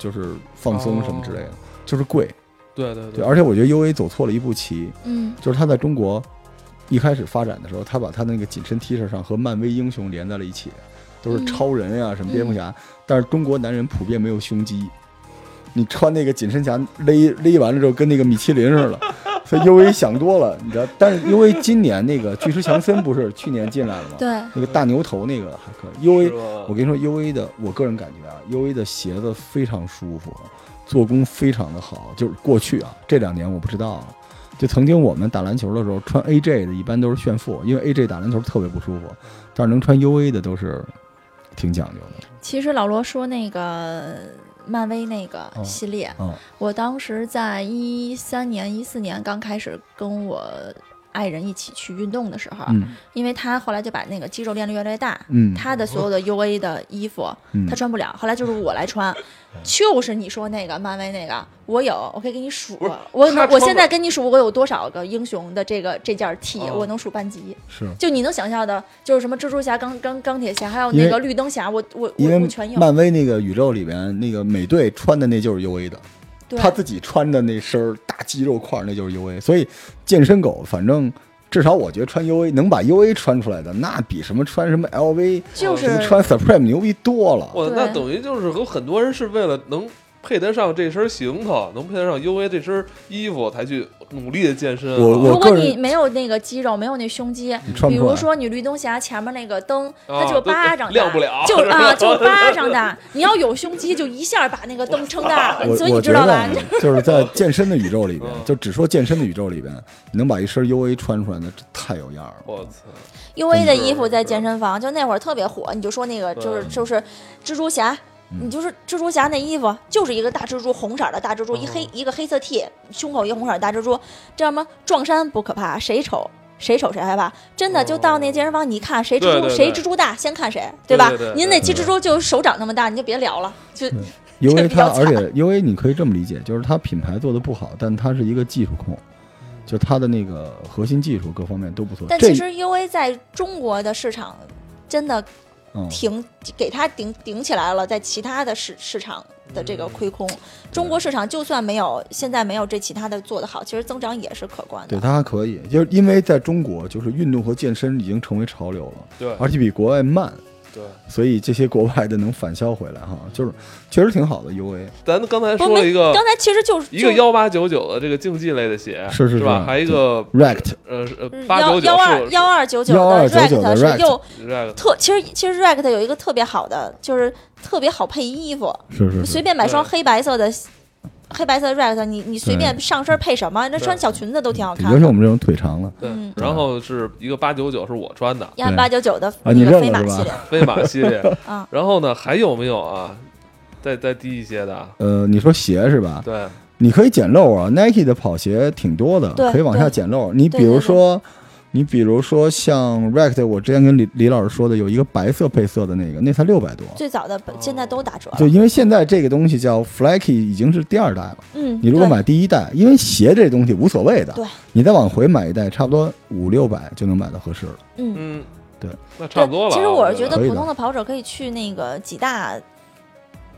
Speaker 3: 就是放松什么之类的
Speaker 1: 哦，
Speaker 3: 就是贵。
Speaker 1: 对对
Speaker 3: 对，而且我觉得 U A 走错了一步棋，
Speaker 2: 嗯，
Speaker 3: 就是他在中国一开始发展的时候，他把他那个紧身 T 恤上和漫威英雄连在了一起，都是
Speaker 2: 嗯
Speaker 3: 超人呀、什么
Speaker 2: 嗯
Speaker 3: 蝙蝠侠，但是中国男人普遍没有胸肌，你穿那个紧身侠勒勒完了之后跟那个米其林
Speaker 2: [LAUGHS]
Speaker 3: 似的，所以 U A 想多了，你知道？但是 U A 今年那个巨石强森不是去年进来了吗？
Speaker 2: 对，
Speaker 3: 那个大牛头那个还可以，U A
Speaker 1: 是吧
Speaker 3: 我跟你说，U A 的，我个人感觉啊，U A 的鞋子非常舒服，做工非常的好。就是过去啊，这两年我不知道啊，就曾经我们打篮球的时候穿 A J 的，一般都是炫富，因为 A J 打篮球特别不舒服，
Speaker 2: 嗯
Speaker 3: 但是能穿 U A 的都是挺讲究的。
Speaker 2: 其实老罗说那个漫威那个
Speaker 3: 嗯
Speaker 2: 系列，
Speaker 3: 嗯，
Speaker 2: 我当时在一三年、一四年刚开始跟我爱人一起去运动的时候，
Speaker 3: 嗯
Speaker 2: 因为他后来就把那个肌肉练得越来越大，
Speaker 3: 嗯
Speaker 2: 啊他的所有的 U A 的衣服
Speaker 3: 嗯
Speaker 2: 他，穿不了，后来就是我来穿， [LAUGHS] 就是你说那个漫威那个，我有，我可以给你数
Speaker 1: 不是，
Speaker 2: 我
Speaker 1: 他穿
Speaker 2: 我
Speaker 1: 不
Speaker 2: 现在跟你数我有多少个英雄的这个这件 T，、
Speaker 1: 哦
Speaker 2: 我能数半级，
Speaker 3: 是
Speaker 2: 就你能想象的，就是什么蜘蛛侠、钢钢钢铁侠，还有
Speaker 3: 因
Speaker 2: 那
Speaker 3: 为
Speaker 2: 个绿灯侠，我我
Speaker 3: 因
Speaker 2: 我我
Speaker 3: 为
Speaker 2: 全有，
Speaker 3: 漫威那个宇宙里边那个美队穿的那就是 U A 的，
Speaker 2: 对
Speaker 3: 他自己穿的那身儿大肌肉块儿，那就是 U A。所以健身狗，反正至少我觉得穿 U A 能把 U A 穿出来的，那比什么穿什么 L V、
Speaker 2: 就
Speaker 3: 什
Speaker 2: 是
Speaker 3: 么穿 Supreme 牛逼多了。
Speaker 1: 哇，
Speaker 2: 对
Speaker 1: 那等于就是有很多人是为了能配得上这身行头，能配得上 UA 这身衣服，才去努力的健身啊。
Speaker 3: 我我
Speaker 2: 如果
Speaker 3: 个人
Speaker 2: 你没有那个肌肉，没有那胸肌，
Speaker 3: 你穿
Speaker 2: 比
Speaker 3: 不出
Speaker 2: 如
Speaker 3: 来，
Speaker 2: 说你绿灯侠前面那个灯，
Speaker 1: 啊
Speaker 2: 它就巴掌大，
Speaker 1: 对亮不了
Speaker 2: 就
Speaker 1: 吧
Speaker 2: 啊就
Speaker 1: [LAUGHS]
Speaker 2: 巴掌大。你要有胸肌，就一下把那个灯撑大了，
Speaker 3: 我
Speaker 2: 所以
Speaker 3: 我
Speaker 2: 你
Speaker 3: 觉
Speaker 2: 知
Speaker 3: 得
Speaker 2: 道吧
Speaker 3: 啊？ [LAUGHS] 就是在健身的宇宙里边
Speaker 1: 嗯，
Speaker 3: 就只说健身的宇宙里边，你能把一身 U A 穿出来的，这太有样儿了。
Speaker 1: 我操，
Speaker 2: U A 的衣服在健身房，就那会儿特别火，你就说那个就是
Speaker 1: 对嗯
Speaker 2: 就是蜘蛛侠。你就是蜘蛛侠那衣服，就是一个大蜘蛛，红色儿的大蜘蛛，一黑
Speaker 1: 哦
Speaker 2: 一个黑色 T，胸口一个红色儿的大蜘蛛，这样吗？撞衫不可怕，谁丑谁丑谁害怕？真的，就到那健身房，你看谁蜘
Speaker 1: 哦对
Speaker 2: 蛛
Speaker 1: 对对
Speaker 2: 谁蜘蛛大，先看谁，
Speaker 1: 对
Speaker 2: 吧
Speaker 1: 对对？对嗯
Speaker 2: 您那鸡蜘蛛就手掌那么大，你就别聊了，就
Speaker 3: U
Speaker 2: [LAUGHS] 这
Speaker 3: A
Speaker 2: 比较
Speaker 3: 它，而
Speaker 2: 惨
Speaker 3: 且 U A 你可以这么理解，就是它品牌做的不好，但它是一个技术控，就它的那个核心技术各方面都不错。
Speaker 2: 但
Speaker 3: 这
Speaker 2: 其实 U A 在中国的市场真的
Speaker 3: 嗯，
Speaker 2: 挺给它顶顶起来了，在其他的市市场的这个亏空，中国市场就算没有现在没有这其他的做得好，其实增长也是可观
Speaker 3: 对，
Speaker 2: 的。
Speaker 3: 它还可以，就是因为在中国，就是运动和健身已经成为潮流了，
Speaker 1: 对
Speaker 3: 而且比国外慢，
Speaker 1: 对，
Speaker 3: 所以这些国外的能返校回来哈，就是确实挺好的 U A。
Speaker 1: 咱刚才
Speaker 2: 不
Speaker 1: 说了
Speaker 2: 没
Speaker 1: 一个
Speaker 2: 刚才其实就是
Speaker 1: 一个
Speaker 2: 就
Speaker 1: 幺八九九的这个竞技类的鞋，
Speaker 3: 是是是
Speaker 1: 吧？还有一个
Speaker 3: Rect
Speaker 1: 呃呃
Speaker 2: 嗯
Speaker 1: 八九
Speaker 2: 幺
Speaker 1: 九
Speaker 2: 幺二幺二九九的
Speaker 3: 1299的
Speaker 2: Ract 是
Speaker 3: Ract
Speaker 2: 又
Speaker 1: 是
Speaker 2: 特，其实其实 Ract 有一个特别好的，就是特别好配衣服，
Speaker 3: 是是
Speaker 2: 随便买双
Speaker 1: 对
Speaker 2: 黑白色的。黑白色的 Ract，你你随便上身配什么，那
Speaker 1: 对
Speaker 2: 穿小裙子都挺好看
Speaker 3: 尤其
Speaker 2: 的。
Speaker 3: 我们这种腿长了
Speaker 1: 对
Speaker 2: 嗯，
Speaker 1: 然后是一个八九九是我穿的
Speaker 2: 幺
Speaker 3: 对
Speaker 2: 八九九的
Speaker 3: 啊
Speaker 2: 那
Speaker 3: 你
Speaker 2: 个
Speaker 3: 认
Speaker 2: 飞
Speaker 3: 了
Speaker 2: 马
Speaker 3: 是吧
Speaker 2: 系列，
Speaker 1: 飞马系
Speaker 3: [LAUGHS]
Speaker 1: 列
Speaker 2: 嗯，
Speaker 1: 然后呢还有没有啊？再再低一些的，
Speaker 3: 呃，你说鞋是吧？
Speaker 1: 对，
Speaker 3: 你可以捡漏啊，Nike 的跑鞋挺多的
Speaker 2: 对，
Speaker 3: 可以往下捡漏。你比如说，你比如说像 Rect，我之前跟李李老师说的，有一个白色配色的那个，那才六百多。
Speaker 2: 最早的现在都打折了。
Speaker 3: 就因为现在这个东西叫 Flaky，已经是第二代了。
Speaker 2: 嗯，
Speaker 3: 你如果
Speaker 2: 对
Speaker 3: 买第一代，因为鞋这东西无所谓的，
Speaker 2: 对
Speaker 3: 你再往回买一代，差不多五六百就能买到合适了。
Speaker 2: 嗯，
Speaker 1: 嗯，
Speaker 3: 对，
Speaker 1: 那差不多了啊。
Speaker 2: 其实我是
Speaker 1: 觉
Speaker 2: 觉得
Speaker 3: 可以
Speaker 2: 普
Speaker 3: 的
Speaker 2: 通的跑者可以去那个几大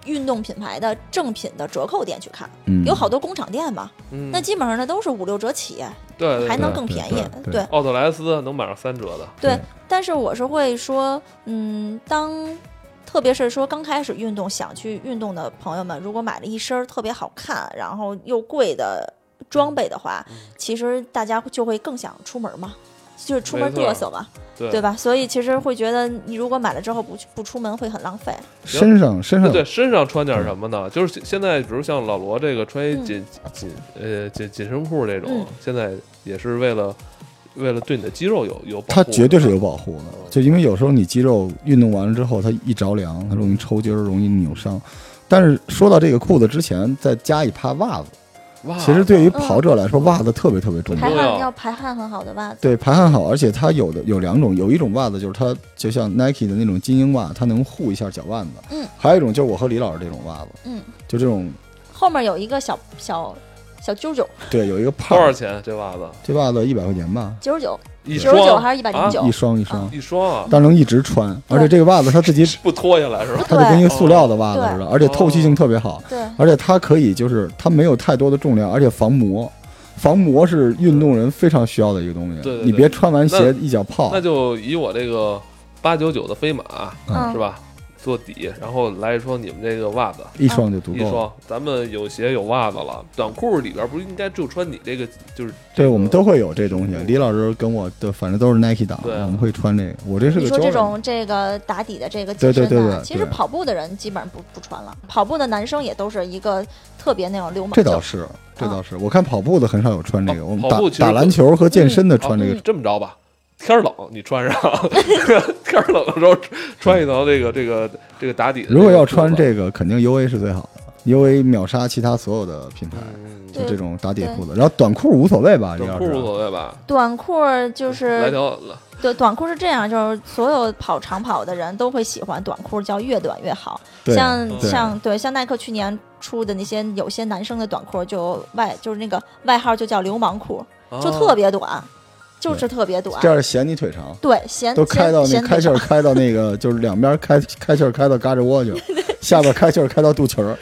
Speaker 2: 运动品牌的正品的折扣店去看，
Speaker 3: 嗯，
Speaker 2: 有好多工厂店嘛，
Speaker 1: 嗯
Speaker 2: 那基本上呢都是五六折起，
Speaker 1: 对对对
Speaker 2: 还能
Speaker 3: 对
Speaker 2: 更
Speaker 3: 对
Speaker 2: 便
Speaker 3: 对
Speaker 2: 宜。
Speaker 3: 对
Speaker 2: 对
Speaker 1: 奥特莱斯能买上三折的，
Speaker 2: 对
Speaker 3: 对，
Speaker 2: 但是我是会说，嗯，当。特别是说刚开始运动想去运动的朋友们，如果买了一身儿特别好看，然后又贵的装备的
Speaker 1: 嗯
Speaker 2: 话，其实大家就会更想出门嘛，就是出门
Speaker 1: 没错
Speaker 2: 嘚瑟嘛。
Speaker 1: 对
Speaker 2: 对吧？所以其实会觉得你如果买了之后不去不出门会很浪费。
Speaker 3: 身上身上
Speaker 1: 对，身上穿点什么
Speaker 3: 嗯
Speaker 1: 呢？就是现现在，比如像老罗这个穿一紧紧呃紧紧身裤这种
Speaker 2: 嗯，
Speaker 1: 现在也是为了为了对你的肌肉有有保护
Speaker 3: 它
Speaker 1: 的，
Speaker 3: 绝对是有保护的，就因为有时候你肌肉运动完了之后，它一着凉，它容易抽筋儿，容易扭伤。但是说到这个裤子之前，再加一趴袜子，
Speaker 1: 哇，
Speaker 3: 其实对于跑者来说，袜子特别特别重
Speaker 2: 嗯排
Speaker 1: 嗯
Speaker 3: 要。
Speaker 2: 汗要排汗很好的袜子，
Speaker 3: 对，排汗好，而且它有的有两种，有一种袜子就是它就像 Nike 的那种精英袜，它能护一下脚腕子。
Speaker 2: 嗯。
Speaker 3: 还有一种就是我和李老师这种袜子，
Speaker 2: 嗯，
Speaker 3: 就这种，
Speaker 2: 后面有一个小小小揪揪，
Speaker 3: [LAUGHS] 对，有一个泡
Speaker 1: 多少
Speaker 3: 儿，
Speaker 1: 钱这袜子？
Speaker 3: 这袜子一百块钱吧，
Speaker 2: 九十九、
Speaker 1: 一
Speaker 2: 九十九
Speaker 1: 双
Speaker 2: 还是一百零九嗯
Speaker 3: 一？双一双，
Speaker 1: 一双啊，
Speaker 3: 但能一直穿，而且这个袜子它自己，
Speaker 1: 不脱下来是吧？
Speaker 3: 它就跟一个塑料的袜子
Speaker 2: 对哦
Speaker 3: 似的，而且透气性特别好，
Speaker 2: 对，
Speaker 3: 而且它可以就是它没有太多的重量，而且防磨。防磨是运动人非常需要的一个东西，
Speaker 1: 对对对
Speaker 3: 你别穿完鞋
Speaker 1: 那
Speaker 3: 一脚泡
Speaker 1: 那。就以我这个八九九的飞马啊
Speaker 2: 嗯，
Speaker 1: 是吧做底，然后来一双你们这个袜子。
Speaker 3: 一双就足
Speaker 1: 啊一
Speaker 3: 够了，
Speaker 1: 双，咱们有鞋有袜子了，短裤里边不是应该就穿你这个，就是这
Speaker 3: 对
Speaker 1: 个
Speaker 3: 我们都会有这东西。李老师跟我的反正都是 Nike 党，
Speaker 1: 嗯对啊
Speaker 3: 我们会穿这个。我这是
Speaker 2: 你
Speaker 3: 个
Speaker 2: 说
Speaker 3: Jordan，
Speaker 2: 这种这个打底的这个紧身
Speaker 3: 对对对
Speaker 2: 的
Speaker 3: 对，
Speaker 2: 其实
Speaker 3: 对
Speaker 2: 跑步的人基本上不不穿了，跑步的男生也都是一个特别那种流氓
Speaker 3: 这
Speaker 2: 劲儿。
Speaker 3: 倒是，这倒是。我看跑步的很少有穿这个，
Speaker 1: 哦
Speaker 3: 我们
Speaker 1: 跑
Speaker 3: 打
Speaker 1: 步其实
Speaker 3: 打
Speaker 1: 不
Speaker 3: 篮球和健身的穿这个
Speaker 2: 啊嗯
Speaker 1: 啊这么着吧，天儿冷你穿上， [LAUGHS] 天儿冷的时候穿一条这个这个这个打底的个裤子。
Speaker 3: 如果要穿这个，肯定 U A 是最好的，U A 秒杀其他所有的品牌，
Speaker 1: 嗯，
Speaker 3: 就
Speaker 2: 对
Speaker 3: 这种打底裤子。然后短裤无所谓吧，李
Speaker 1: 短
Speaker 3: 老
Speaker 1: 裤无
Speaker 3: 师。
Speaker 1: 所谓吧？
Speaker 2: 短裤儿嗯就
Speaker 1: 来
Speaker 2: 是
Speaker 1: 条
Speaker 2: 对短裤是这样，就是所有跑长跑的人都会喜欢短裤，叫越短越好。
Speaker 3: 对
Speaker 2: 像
Speaker 1: 嗯
Speaker 3: 对
Speaker 2: 像对像耐克去年出的那些有些男生的短裤，就外就是那个外号就叫流氓裤，
Speaker 1: 啊
Speaker 2: 就特别短，就是特别短
Speaker 3: 哦这。样显你腿长，
Speaker 2: 对，显
Speaker 3: 都开到那
Speaker 2: 嗯显
Speaker 3: 开气儿开到那个就是两边开开气儿开到胳肢
Speaker 2: [LAUGHS]
Speaker 3: 窝去，下边开气儿开到肚
Speaker 1: [LAUGHS]
Speaker 3: 脐儿，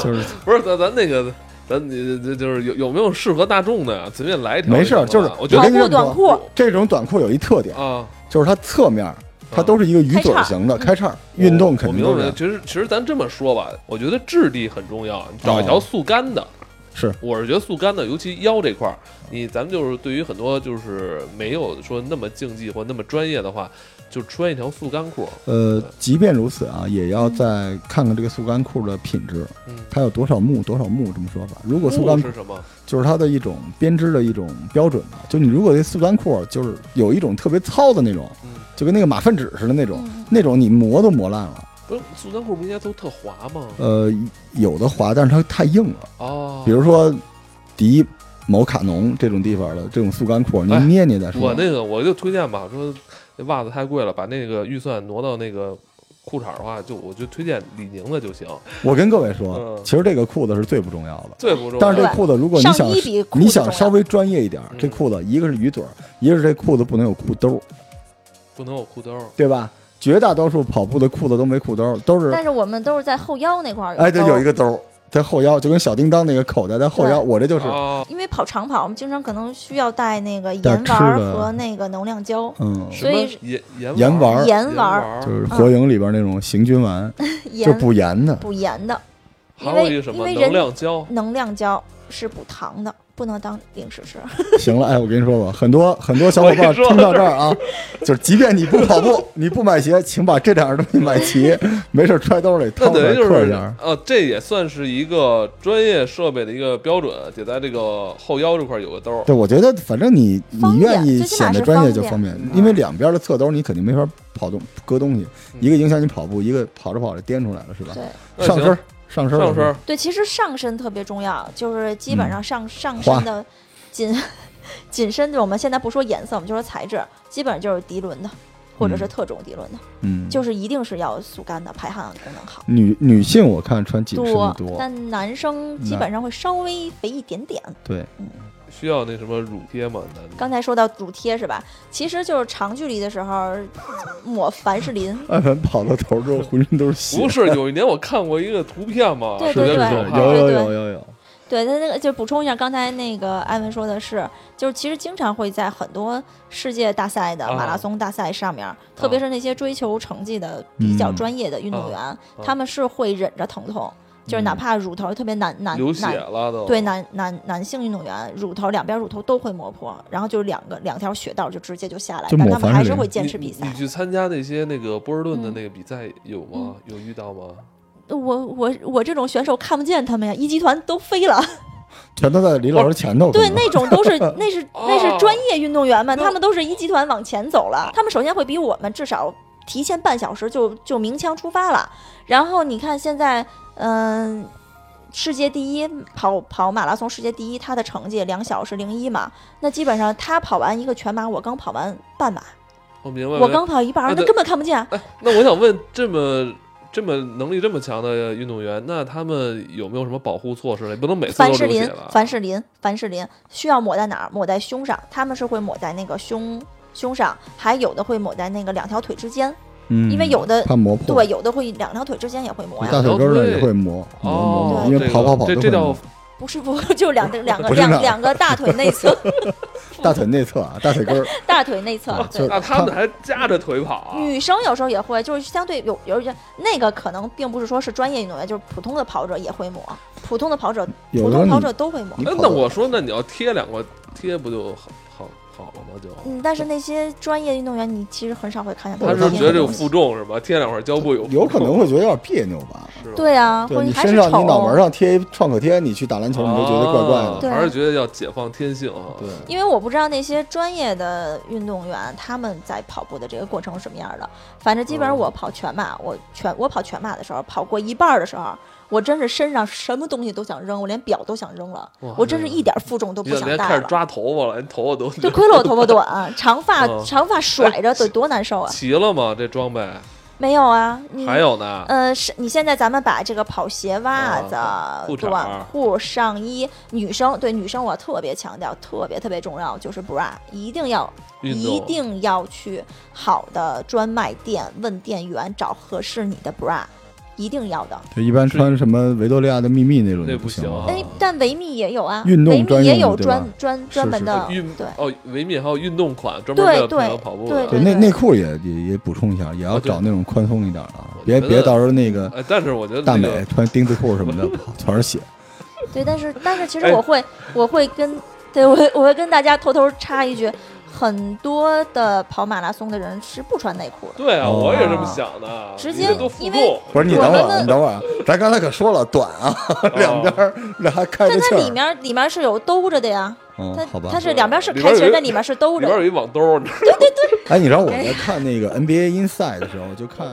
Speaker 3: 就是
Speaker 1: 不是咱咱那个。咱你这就是有有没有适合大众的呀？随便来一条就行了。
Speaker 3: 没事儿，就是
Speaker 1: 我觉
Speaker 3: 我
Speaker 1: 得
Speaker 3: 跟你
Speaker 2: 跑步
Speaker 3: 说
Speaker 2: 短裤
Speaker 3: 这种短裤有一特点，
Speaker 1: 啊，
Speaker 3: 就是它侧面儿它都是一个鱼嘴儿型
Speaker 2: 嗯
Speaker 3: 的开叉儿，运动肯
Speaker 1: 嗯
Speaker 3: 定
Speaker 1: 我
Speaker 3: 都
Speaker 1: 明
Speaker 3: 是这
Speaker 1: 白。
Speaker 3: 样
Speaker 1: 其实其实咱这么说吧，我觉得质地很重要，你找一条速干的。
Speaker 3: 是
Speaker 1: 我是觉得速干的，尤其腰这块儿，你咱们就是对于很多就是没有说那么竞技或那么专业的话，就穿一条速干裤。
Speaker 3: 呃，即便如此啊，也要再看看这个速干裤的品质，
Speaker 1: 嗯，
Speaker 3: 它有多少目多少目这么说法。如果速干
Speaker 1: 裤
Speaker 3: 裤
Speaker 1: 是什么？
Speaker 3: 就是它的一种编织的一种标准吧，就你如果这速干裤就是有一种特别糙的那种
Speaker 1: 嗯，
Speaker 3: 就跟那个马粪纸似的那种，
Speaker 2: 嗯
Speaker 3: 那种你磨都磨烂了。
Speaker 1: 不是速干裤不应该都特滑吗？
Speaker 3: 呃，有的滑，但是它太硬了。
Speaker 1: 哦，
Speaker 3: 比如说迪某卡农这种地方的这种速干裤，你
Speaker 1: 哎
Speaker 3: 捏捏再
Speaker 1: 我
Speaker 3: 说。
Speaker 1: 那个我就推荐吧，说那袜子太贵了，把那个预算挪到那个裤衩儿的话，就我就推荐李宁的就行，
Speaker 3: 我跟各位说
Speaker 1: 嗯，
Speaker 3: 其实这个裤子是最不重要的。
Speaker 1: 最不重要。
Speaker 3: 但是这
Speaker 2: 对
Speaker 3: 裤子，如果你
Speaker 2: 上
Speaker 3: 想
Speaker 2: 衣比裤
Speaker 3: 你
Speaker 2: 子重
Speaker 3: 想
Speaker 2: 要
Speaker 3: 稍微专业一点儿，这
Speaker 1: 嗯
Speaker 3: 裤子一个是鱼嘴儿，一个是这裤子不能有裤兜儿，
Speaker 1: 不能有裤兜儿。
Speaker 3: 对吧？绝大多数跑步的裤子都没裤兜儿，都是
Speaker 2: 但是我们都是在后腰那块儿，
Speaker 3: 哎，对，有一
Speaker 2: 个
Speaker 3: 个兜儿在后腰，就跟小叮当那个口袋在后腰，
Speaker 2: 对
Speaker 3: 我这就是
Speaker 1: 哦，
Speaker 2: 兜，因为跑长跑，我们经常可能需要带那个
Speaker 3: 带
Speaker 2: 盐
Speaker 3: 吃
Speaker 2: 丸儿
Speaker 3: 的
Speaker 2: 和那个能量胶，
Speaker 3: 嗯，
Speaker 1: 什
Speaker 2: 所
Speaker 1: 么
Speaker 2: 以
Speaker 1: 盐盐
Speaker 3: 盐
Speaker 1: 丸
Speaker 3: 丸儿
Speaker 2: 盐丸儿，
Speaker 1: 儿
Speaker 3: 就是火影里边那种行军丸，就
Speaker 2: 盐
Speaker 3: 补盐的。
Speaker 2: 补盐的，因
Speaker 1: 还有一
Speaker 2: 为
Speaker 1: 个什
Speaker 2: 因
Speaker 1: 么
Speaker 2: 为
Speaker 1: 能
Speaker 2: 人
Speaker 1: 量胶，
Speaker 2: 能量胶是补糖的，不能当零食吃。
Speaker 3: 行了，哎，我跟你说吧，很多很多小伙伴
Speaker 1: 我跟你说
Speaker 3: 听到这儿啊，就是即便你不跑步，你不买鞋，请把这两样东西买齐，没事儿揣兜里
Speaker 1: 那
Speaker 3: 掏出
Speaker 1: 等
Speaker 3: 来
Speaker 1: 于就
Speaker 3: 嗑一
Speaker 1: 是
Speaker 3: 下。
Speaker 1: 呃，这也算是一个专业设备的一个标准，得在这个后腰这块儿有个兜儿。
Speaker 3: 对，我觉得反正你你
Speaker 2: 方便
Speaker 3: 愿意
Speaker 2: 最起码
Speaker 3: 显得
Speaker 2: 是
Speaker 3: 专业
Speaker 2: 方
Speaker 3: 就
Speaker 2: 便
Speaker 3: 方便
Speaker 1: 嗯，
Speaker 3: 因为两边的侧兜你肯定没法跑动搁东西，
Speaker 1: 嗯
Speaker 3: 一个影响你跑步，一个跑着跑着颠出来了是吧？
Speaker 2: 对
Speaker 1: 那
Speaker 3: 上
Speaker 1: 呃行
Speaker 3: 身儿上身儿
Speaker 1: 上身
Speaker 3: 了
Speaker 1: 儿，
Speaker 2: 对，其实上身特别重要，就是基本上上、上
Speaker 3: 嗯花
Speaker 2: 身的紧 [LAUGHS] 紧身的，我们现在不说颜色，我们就说材质，基本上就是涤纶的，或者是
Speaker 3: 嗯
Speaker 2: 特种涤纶的，
Speaker 3: 嗯，
Speaker 2: 就是一定是要速干的，排汗功能好。
Speaker 3: 女女性我看穿紧身的多，
Speaker 2: 但男生基
Speaker 3: 那
Speaker 2: 本上会稍微肥一点点。
Speaker 3: 对，
Speaker 1: 需要那什么乳贴吗？男的
Speaker 2: 刚才说到乳贴是吧？其实就是长距离的时候抹凡士林，
Speaker 3: 艾凡跑到头之后浑身都是血，
Speaker 1: 不是，有一年我看过一个图片嘛，
Speaker 2: 对
Speaker 1: 特别
Speaker 2: 对对
Speaker 1: 可
Speaker 2: 是
Speaker 1: 怕
Speaker 3: 有
Speaker 2: 对
Speaker 3: 有
Speaker 2: 对
Speaker 3: 有有有，
Speaker 2: 对他那个就补充一下，刚才那个艾文说的是，就是其实经常会在很多世界大赛的
Speaker 1: 啊
Speaker 2: 马拉松大赛上面，特别是那些追求成绩的比
Speaker 1: 嗯
Speaker 2: 较专业的运
Speaker 1: 啊
Speaker 2: 动员，他们是会忍着疼痛，就是哪怕乳头特别难难
Speaker 1: 嗯流血哦
Speaker 2: 难。
Speaker 1: 了都。
Speaker 2: 对男男男性运动员，乳头两边乳头都会磨破，然后就两个两条血道就直接就下来，
Speaker 3: 就
Speaker 2: 但
Speaker 3: 抹
Speaker 2: 他们
Speaker 3: 凡士
Speaker 2: 还是
Speaker 3: 林
Speaker 2: 会坚持
Speaker 1: 你
Speaker 2: 比赛
Speaker 1: 你。去参加那些那个波士顿的
Speaker 2: 嗯
Speaker 1: 那个比赛有吗？有遇到吗？
Speaker 2: 我我我这种选手看不见他们呀，一级团都飞了。
Speaker 3: 全都在李老师前头，
Speaker 2: 对，
Speaker 3: 可能
Speaker 2: 那种都是那是那是专业运动员们，
Speaker 1: 那
Speaker 2: 他们都是一集团往前走了，他们首先会比我们至少提前半小时就就鸣枪出发了。然后你看现在，嗯、世界第一跑跑马拉松世界第一，他的成绩两小时零一嘛，那基本上他跑完一个全马，我刚跑完半马，
Speaker 1: 我明白。
Speaker 2: 我刚跑一半
Speaker 1: 哎，
Speaker 2: 他
Speaker 1: 对
Speaker 2: 根本看不见。
Speaker 1: 哎，那我想问，这么这么能力这么强的运动员，那他们有没有什么保护措施呢？不能每次都
Speaker 2: 凡士
Speaker 1: 流血
Speaker 2: 林
Speaker 1: 吧，？
Speaker 2: 凡士林，凡士林需要抹在哪儿？抹在胸上，他们是会抹在那个胸胸上，还有的会抹在那个两条腿之间，
Speaker 3: 嗯，
Speaker 2: 因为有的
Speaker 3: 怕磨破，
Speaker 2: 对，，有的会两条腿之间也会磨
Speaker 3: 大
Speaker 2: 呀，
Speaker 3: 腿根儿呢也会磨，磨磨
Speaker 1: 哦
Speaker 3: 磨，，因为
Speaker 1: 这个
Speaker 3: 跑跑跑
Speaker 1: 这
Speaker 3: 都
Speaker 1: 这
Speaker 3: 会
Speaker 1: 叫
Speaker 3: 磨，
Speaker 2: 不是不就两个两个
Speaker 3: 不是那
Speaker 2: 两两个大腿内
Speaker 3: [LAUGHS]
Speaker 2: 侧，
Speaker 3: 大腿内侧啊，大
Speaker 2: [LAUGHS]
Speaker 3: 腿根儿，
Speaker 2: 大腿内侧
Speaker 3: 啊，
Speaker 2: 对
Speaker 3: 就。
Speaker 1: 那他们还夹着腿跑啊？
Speaker 2: 女生有时候也会，就是相对有有些那个可能并不是说是专业运动员，就是普通的跑者也会抹，普通的跑者，
Speaker 3: 有
Speaker 2: 普
Speaker 3: 时候
Speaker 2: 通
Speaker 3: 你
Speaker 2: 跑者都会抹
Speaker 3: 你。
Speaker 1: 那
Speaker 3: 跑
Speaker 1: 那
Speaker 3: 得
Speaker 1: 我说，那你要贴两个贴不就好好好了吗？就
Speaker 2: 嗯，但是那些专业运动员，你其实很少会看见
Speaker 1: 他
Speaker 2: 们
Speaker 1: 是
Speaker 2: 贴
Speaker 1: 觉得这
Speaker 2: 那
Speaker 1: 有
Speaker 2: 种
Speaker 1: 负重是吧？贴两块胶布有负重
Speaker 3: 有可能会觉得有点别扭吧。
Speaker 1: 是吧
Speaker 2: 对啊，或
Speaker 3: 对
Speaker 2: 者
Speaker 3: 你
Speaker 2: 还是
Speaker 3: 身上、
Speaker 2: 丑哦
Speaker 3: 你脑门上贴一创可贴，你去打篮球你都觉得怪怪
Speaker 1: 啊
Speaker 3: 的。
Speaker 2: 对
Speaker 1: 还是觉得要解放天性啊？
Speaker 3: 对，
Speaker 2: 因为我不知道那些专业的运动员他们在跑步的这个过程是什么样的。反正基本上
Speaker 1: 嗯
Speaker 2: 我跑全马，我全我跑全马的时候，跑过一半儿的时候，我真是身上什么东西都想扔，我连表都想扔了
Speaker 1: 哇，
Speaker 2: 我真是一点负重都
Speaker 1: 你
Speaker 2: 不
Speaker 1: 就
Speaker 2: 想
Speaker 1: 连开
Speaker 2: 带
Speaker 1: 始
Speaker 2: 了。
Speaker 1: 抓头发了，连头发都
Speaker 2: 就亏了我头发短，长发
Speaker 1: 嗯
Speaker 2: 长发甩着得多难受啊！
Speaker 1: 齐了吗？这装备
Speaker 2: [LAUGHS] 没有啊，你
Speaker 1: 还有呢？
Speaker 2: 呃，是你现在咱们把这个跑鞋、袜子、
Speaker 1: 啊裤衩
Speaker 2: 短裤、上衣，女生对女生我特别强调，特别特别重要，就是 bra 一定要
Speaker 1: 运
Speaker 2: 一
Speaker 1: 动
Speaker 2: 定要去好的专卖店问店员找合适你的 bra，一定要
Speaker 1: 啊
Speaker 2: 的。
Speaker 3: 就一般
Speaker 1: 是
Speaker 3: 穿什么维多利亚的秘密那种
Speaker 1: 那
Speaker 3: 就
Speaker 1: 不
Speaker 3: 行
Speaker 1: 行
Speaker 3: 了
Speaker 1: 啊
Speaker 2: 哎、但维密也有啊，
Speaker 3: 运动
Speaker 2: 维密
Speaker 3: 专
Speaker 2: 也
Speaker 3: 用
Speaker 2: 有
Speaker 3: 的对吧
Speaker 2: 专专专
Speaker 3: 是
Speaker 2: 门
Speaker 3: 是
Speaker 2: 的
Speaker 1: 运
Speaker 2: 对。
Speaker 1: 哦，维密还有运动款，专门为了
Speaker 2: 对
Speaker 1: 配合
Speaker 2: 对
Speaker 1: 跑步
Speaker 2: 对
Speaker 1: 的
Speaker 3: 对，。哦内内裤也也也补充一下，也
Speaker 1: 啊
Speaker 3: 要
Speaker 1: 对
Speaker 3: 找那种宽松一点的啊
Speaker 1: 我，
Speaker 3: 别
Speaker 1: 觉
Speaker 3: 别
Speaker 1: 得
Speaker 3: 到时候那个
Speaker 1: 哎，但是我觉得
Speaker 3: 大
Speaker 1: 那
Speaker 3: 美
Speaker 1: 个
Speaker 3: 穿丁字裤什么 [LAUGHS] 的，全是血。
Speaker 2: 对，但是但是其实
Speaker 1: 哎
Speaker 2: 我会、我会跟对我会我会跟大家偷偷插一句，很多的跑马拉松的人是不穿内裤的。
Speaker 1: 对啊，
Speaker 3: 哦
Speaker 1: 我也是这么想的。
Speaker 2: 直
Speaker 1: 你
Speaker 2: 接
Speaker 1: 这都负
Speaker 2: 因为
Speaker 1: 重，
Speaker 3: 不是你
Speaker 2: 我
Speaker 3: 等会
Speaker 2: 们
Speaker 3: 儿啊，
Speaker 2: 问
Speaker 3: 你等会儿啊，咱刚才可说了短啊，两边儿那还开着
Speaker 2: 但
Speaker 3: 气
Speaker 2: 它里
Speaker 3: 儿。
Speaker 2: 面里面是有兜着的呀，它
Speaker 3: 嗯，好吧
Speaker 2: 它。是两边是
Speaker 1: 里
Speaker 2: 开
Speaker 1: 边有
Speaker 2: 裙，
Speaker 1: 一
Speaker 2: 但里面是兜
Speaker 1: 里
Speaker 2: 着
Speaker 1: 边
Speaker 2: 的
Speaker 1: 有。一网兜儿，你知道吗
Speaker 3: 哎，你知道我在看那个 NBA Inside 的时候，就看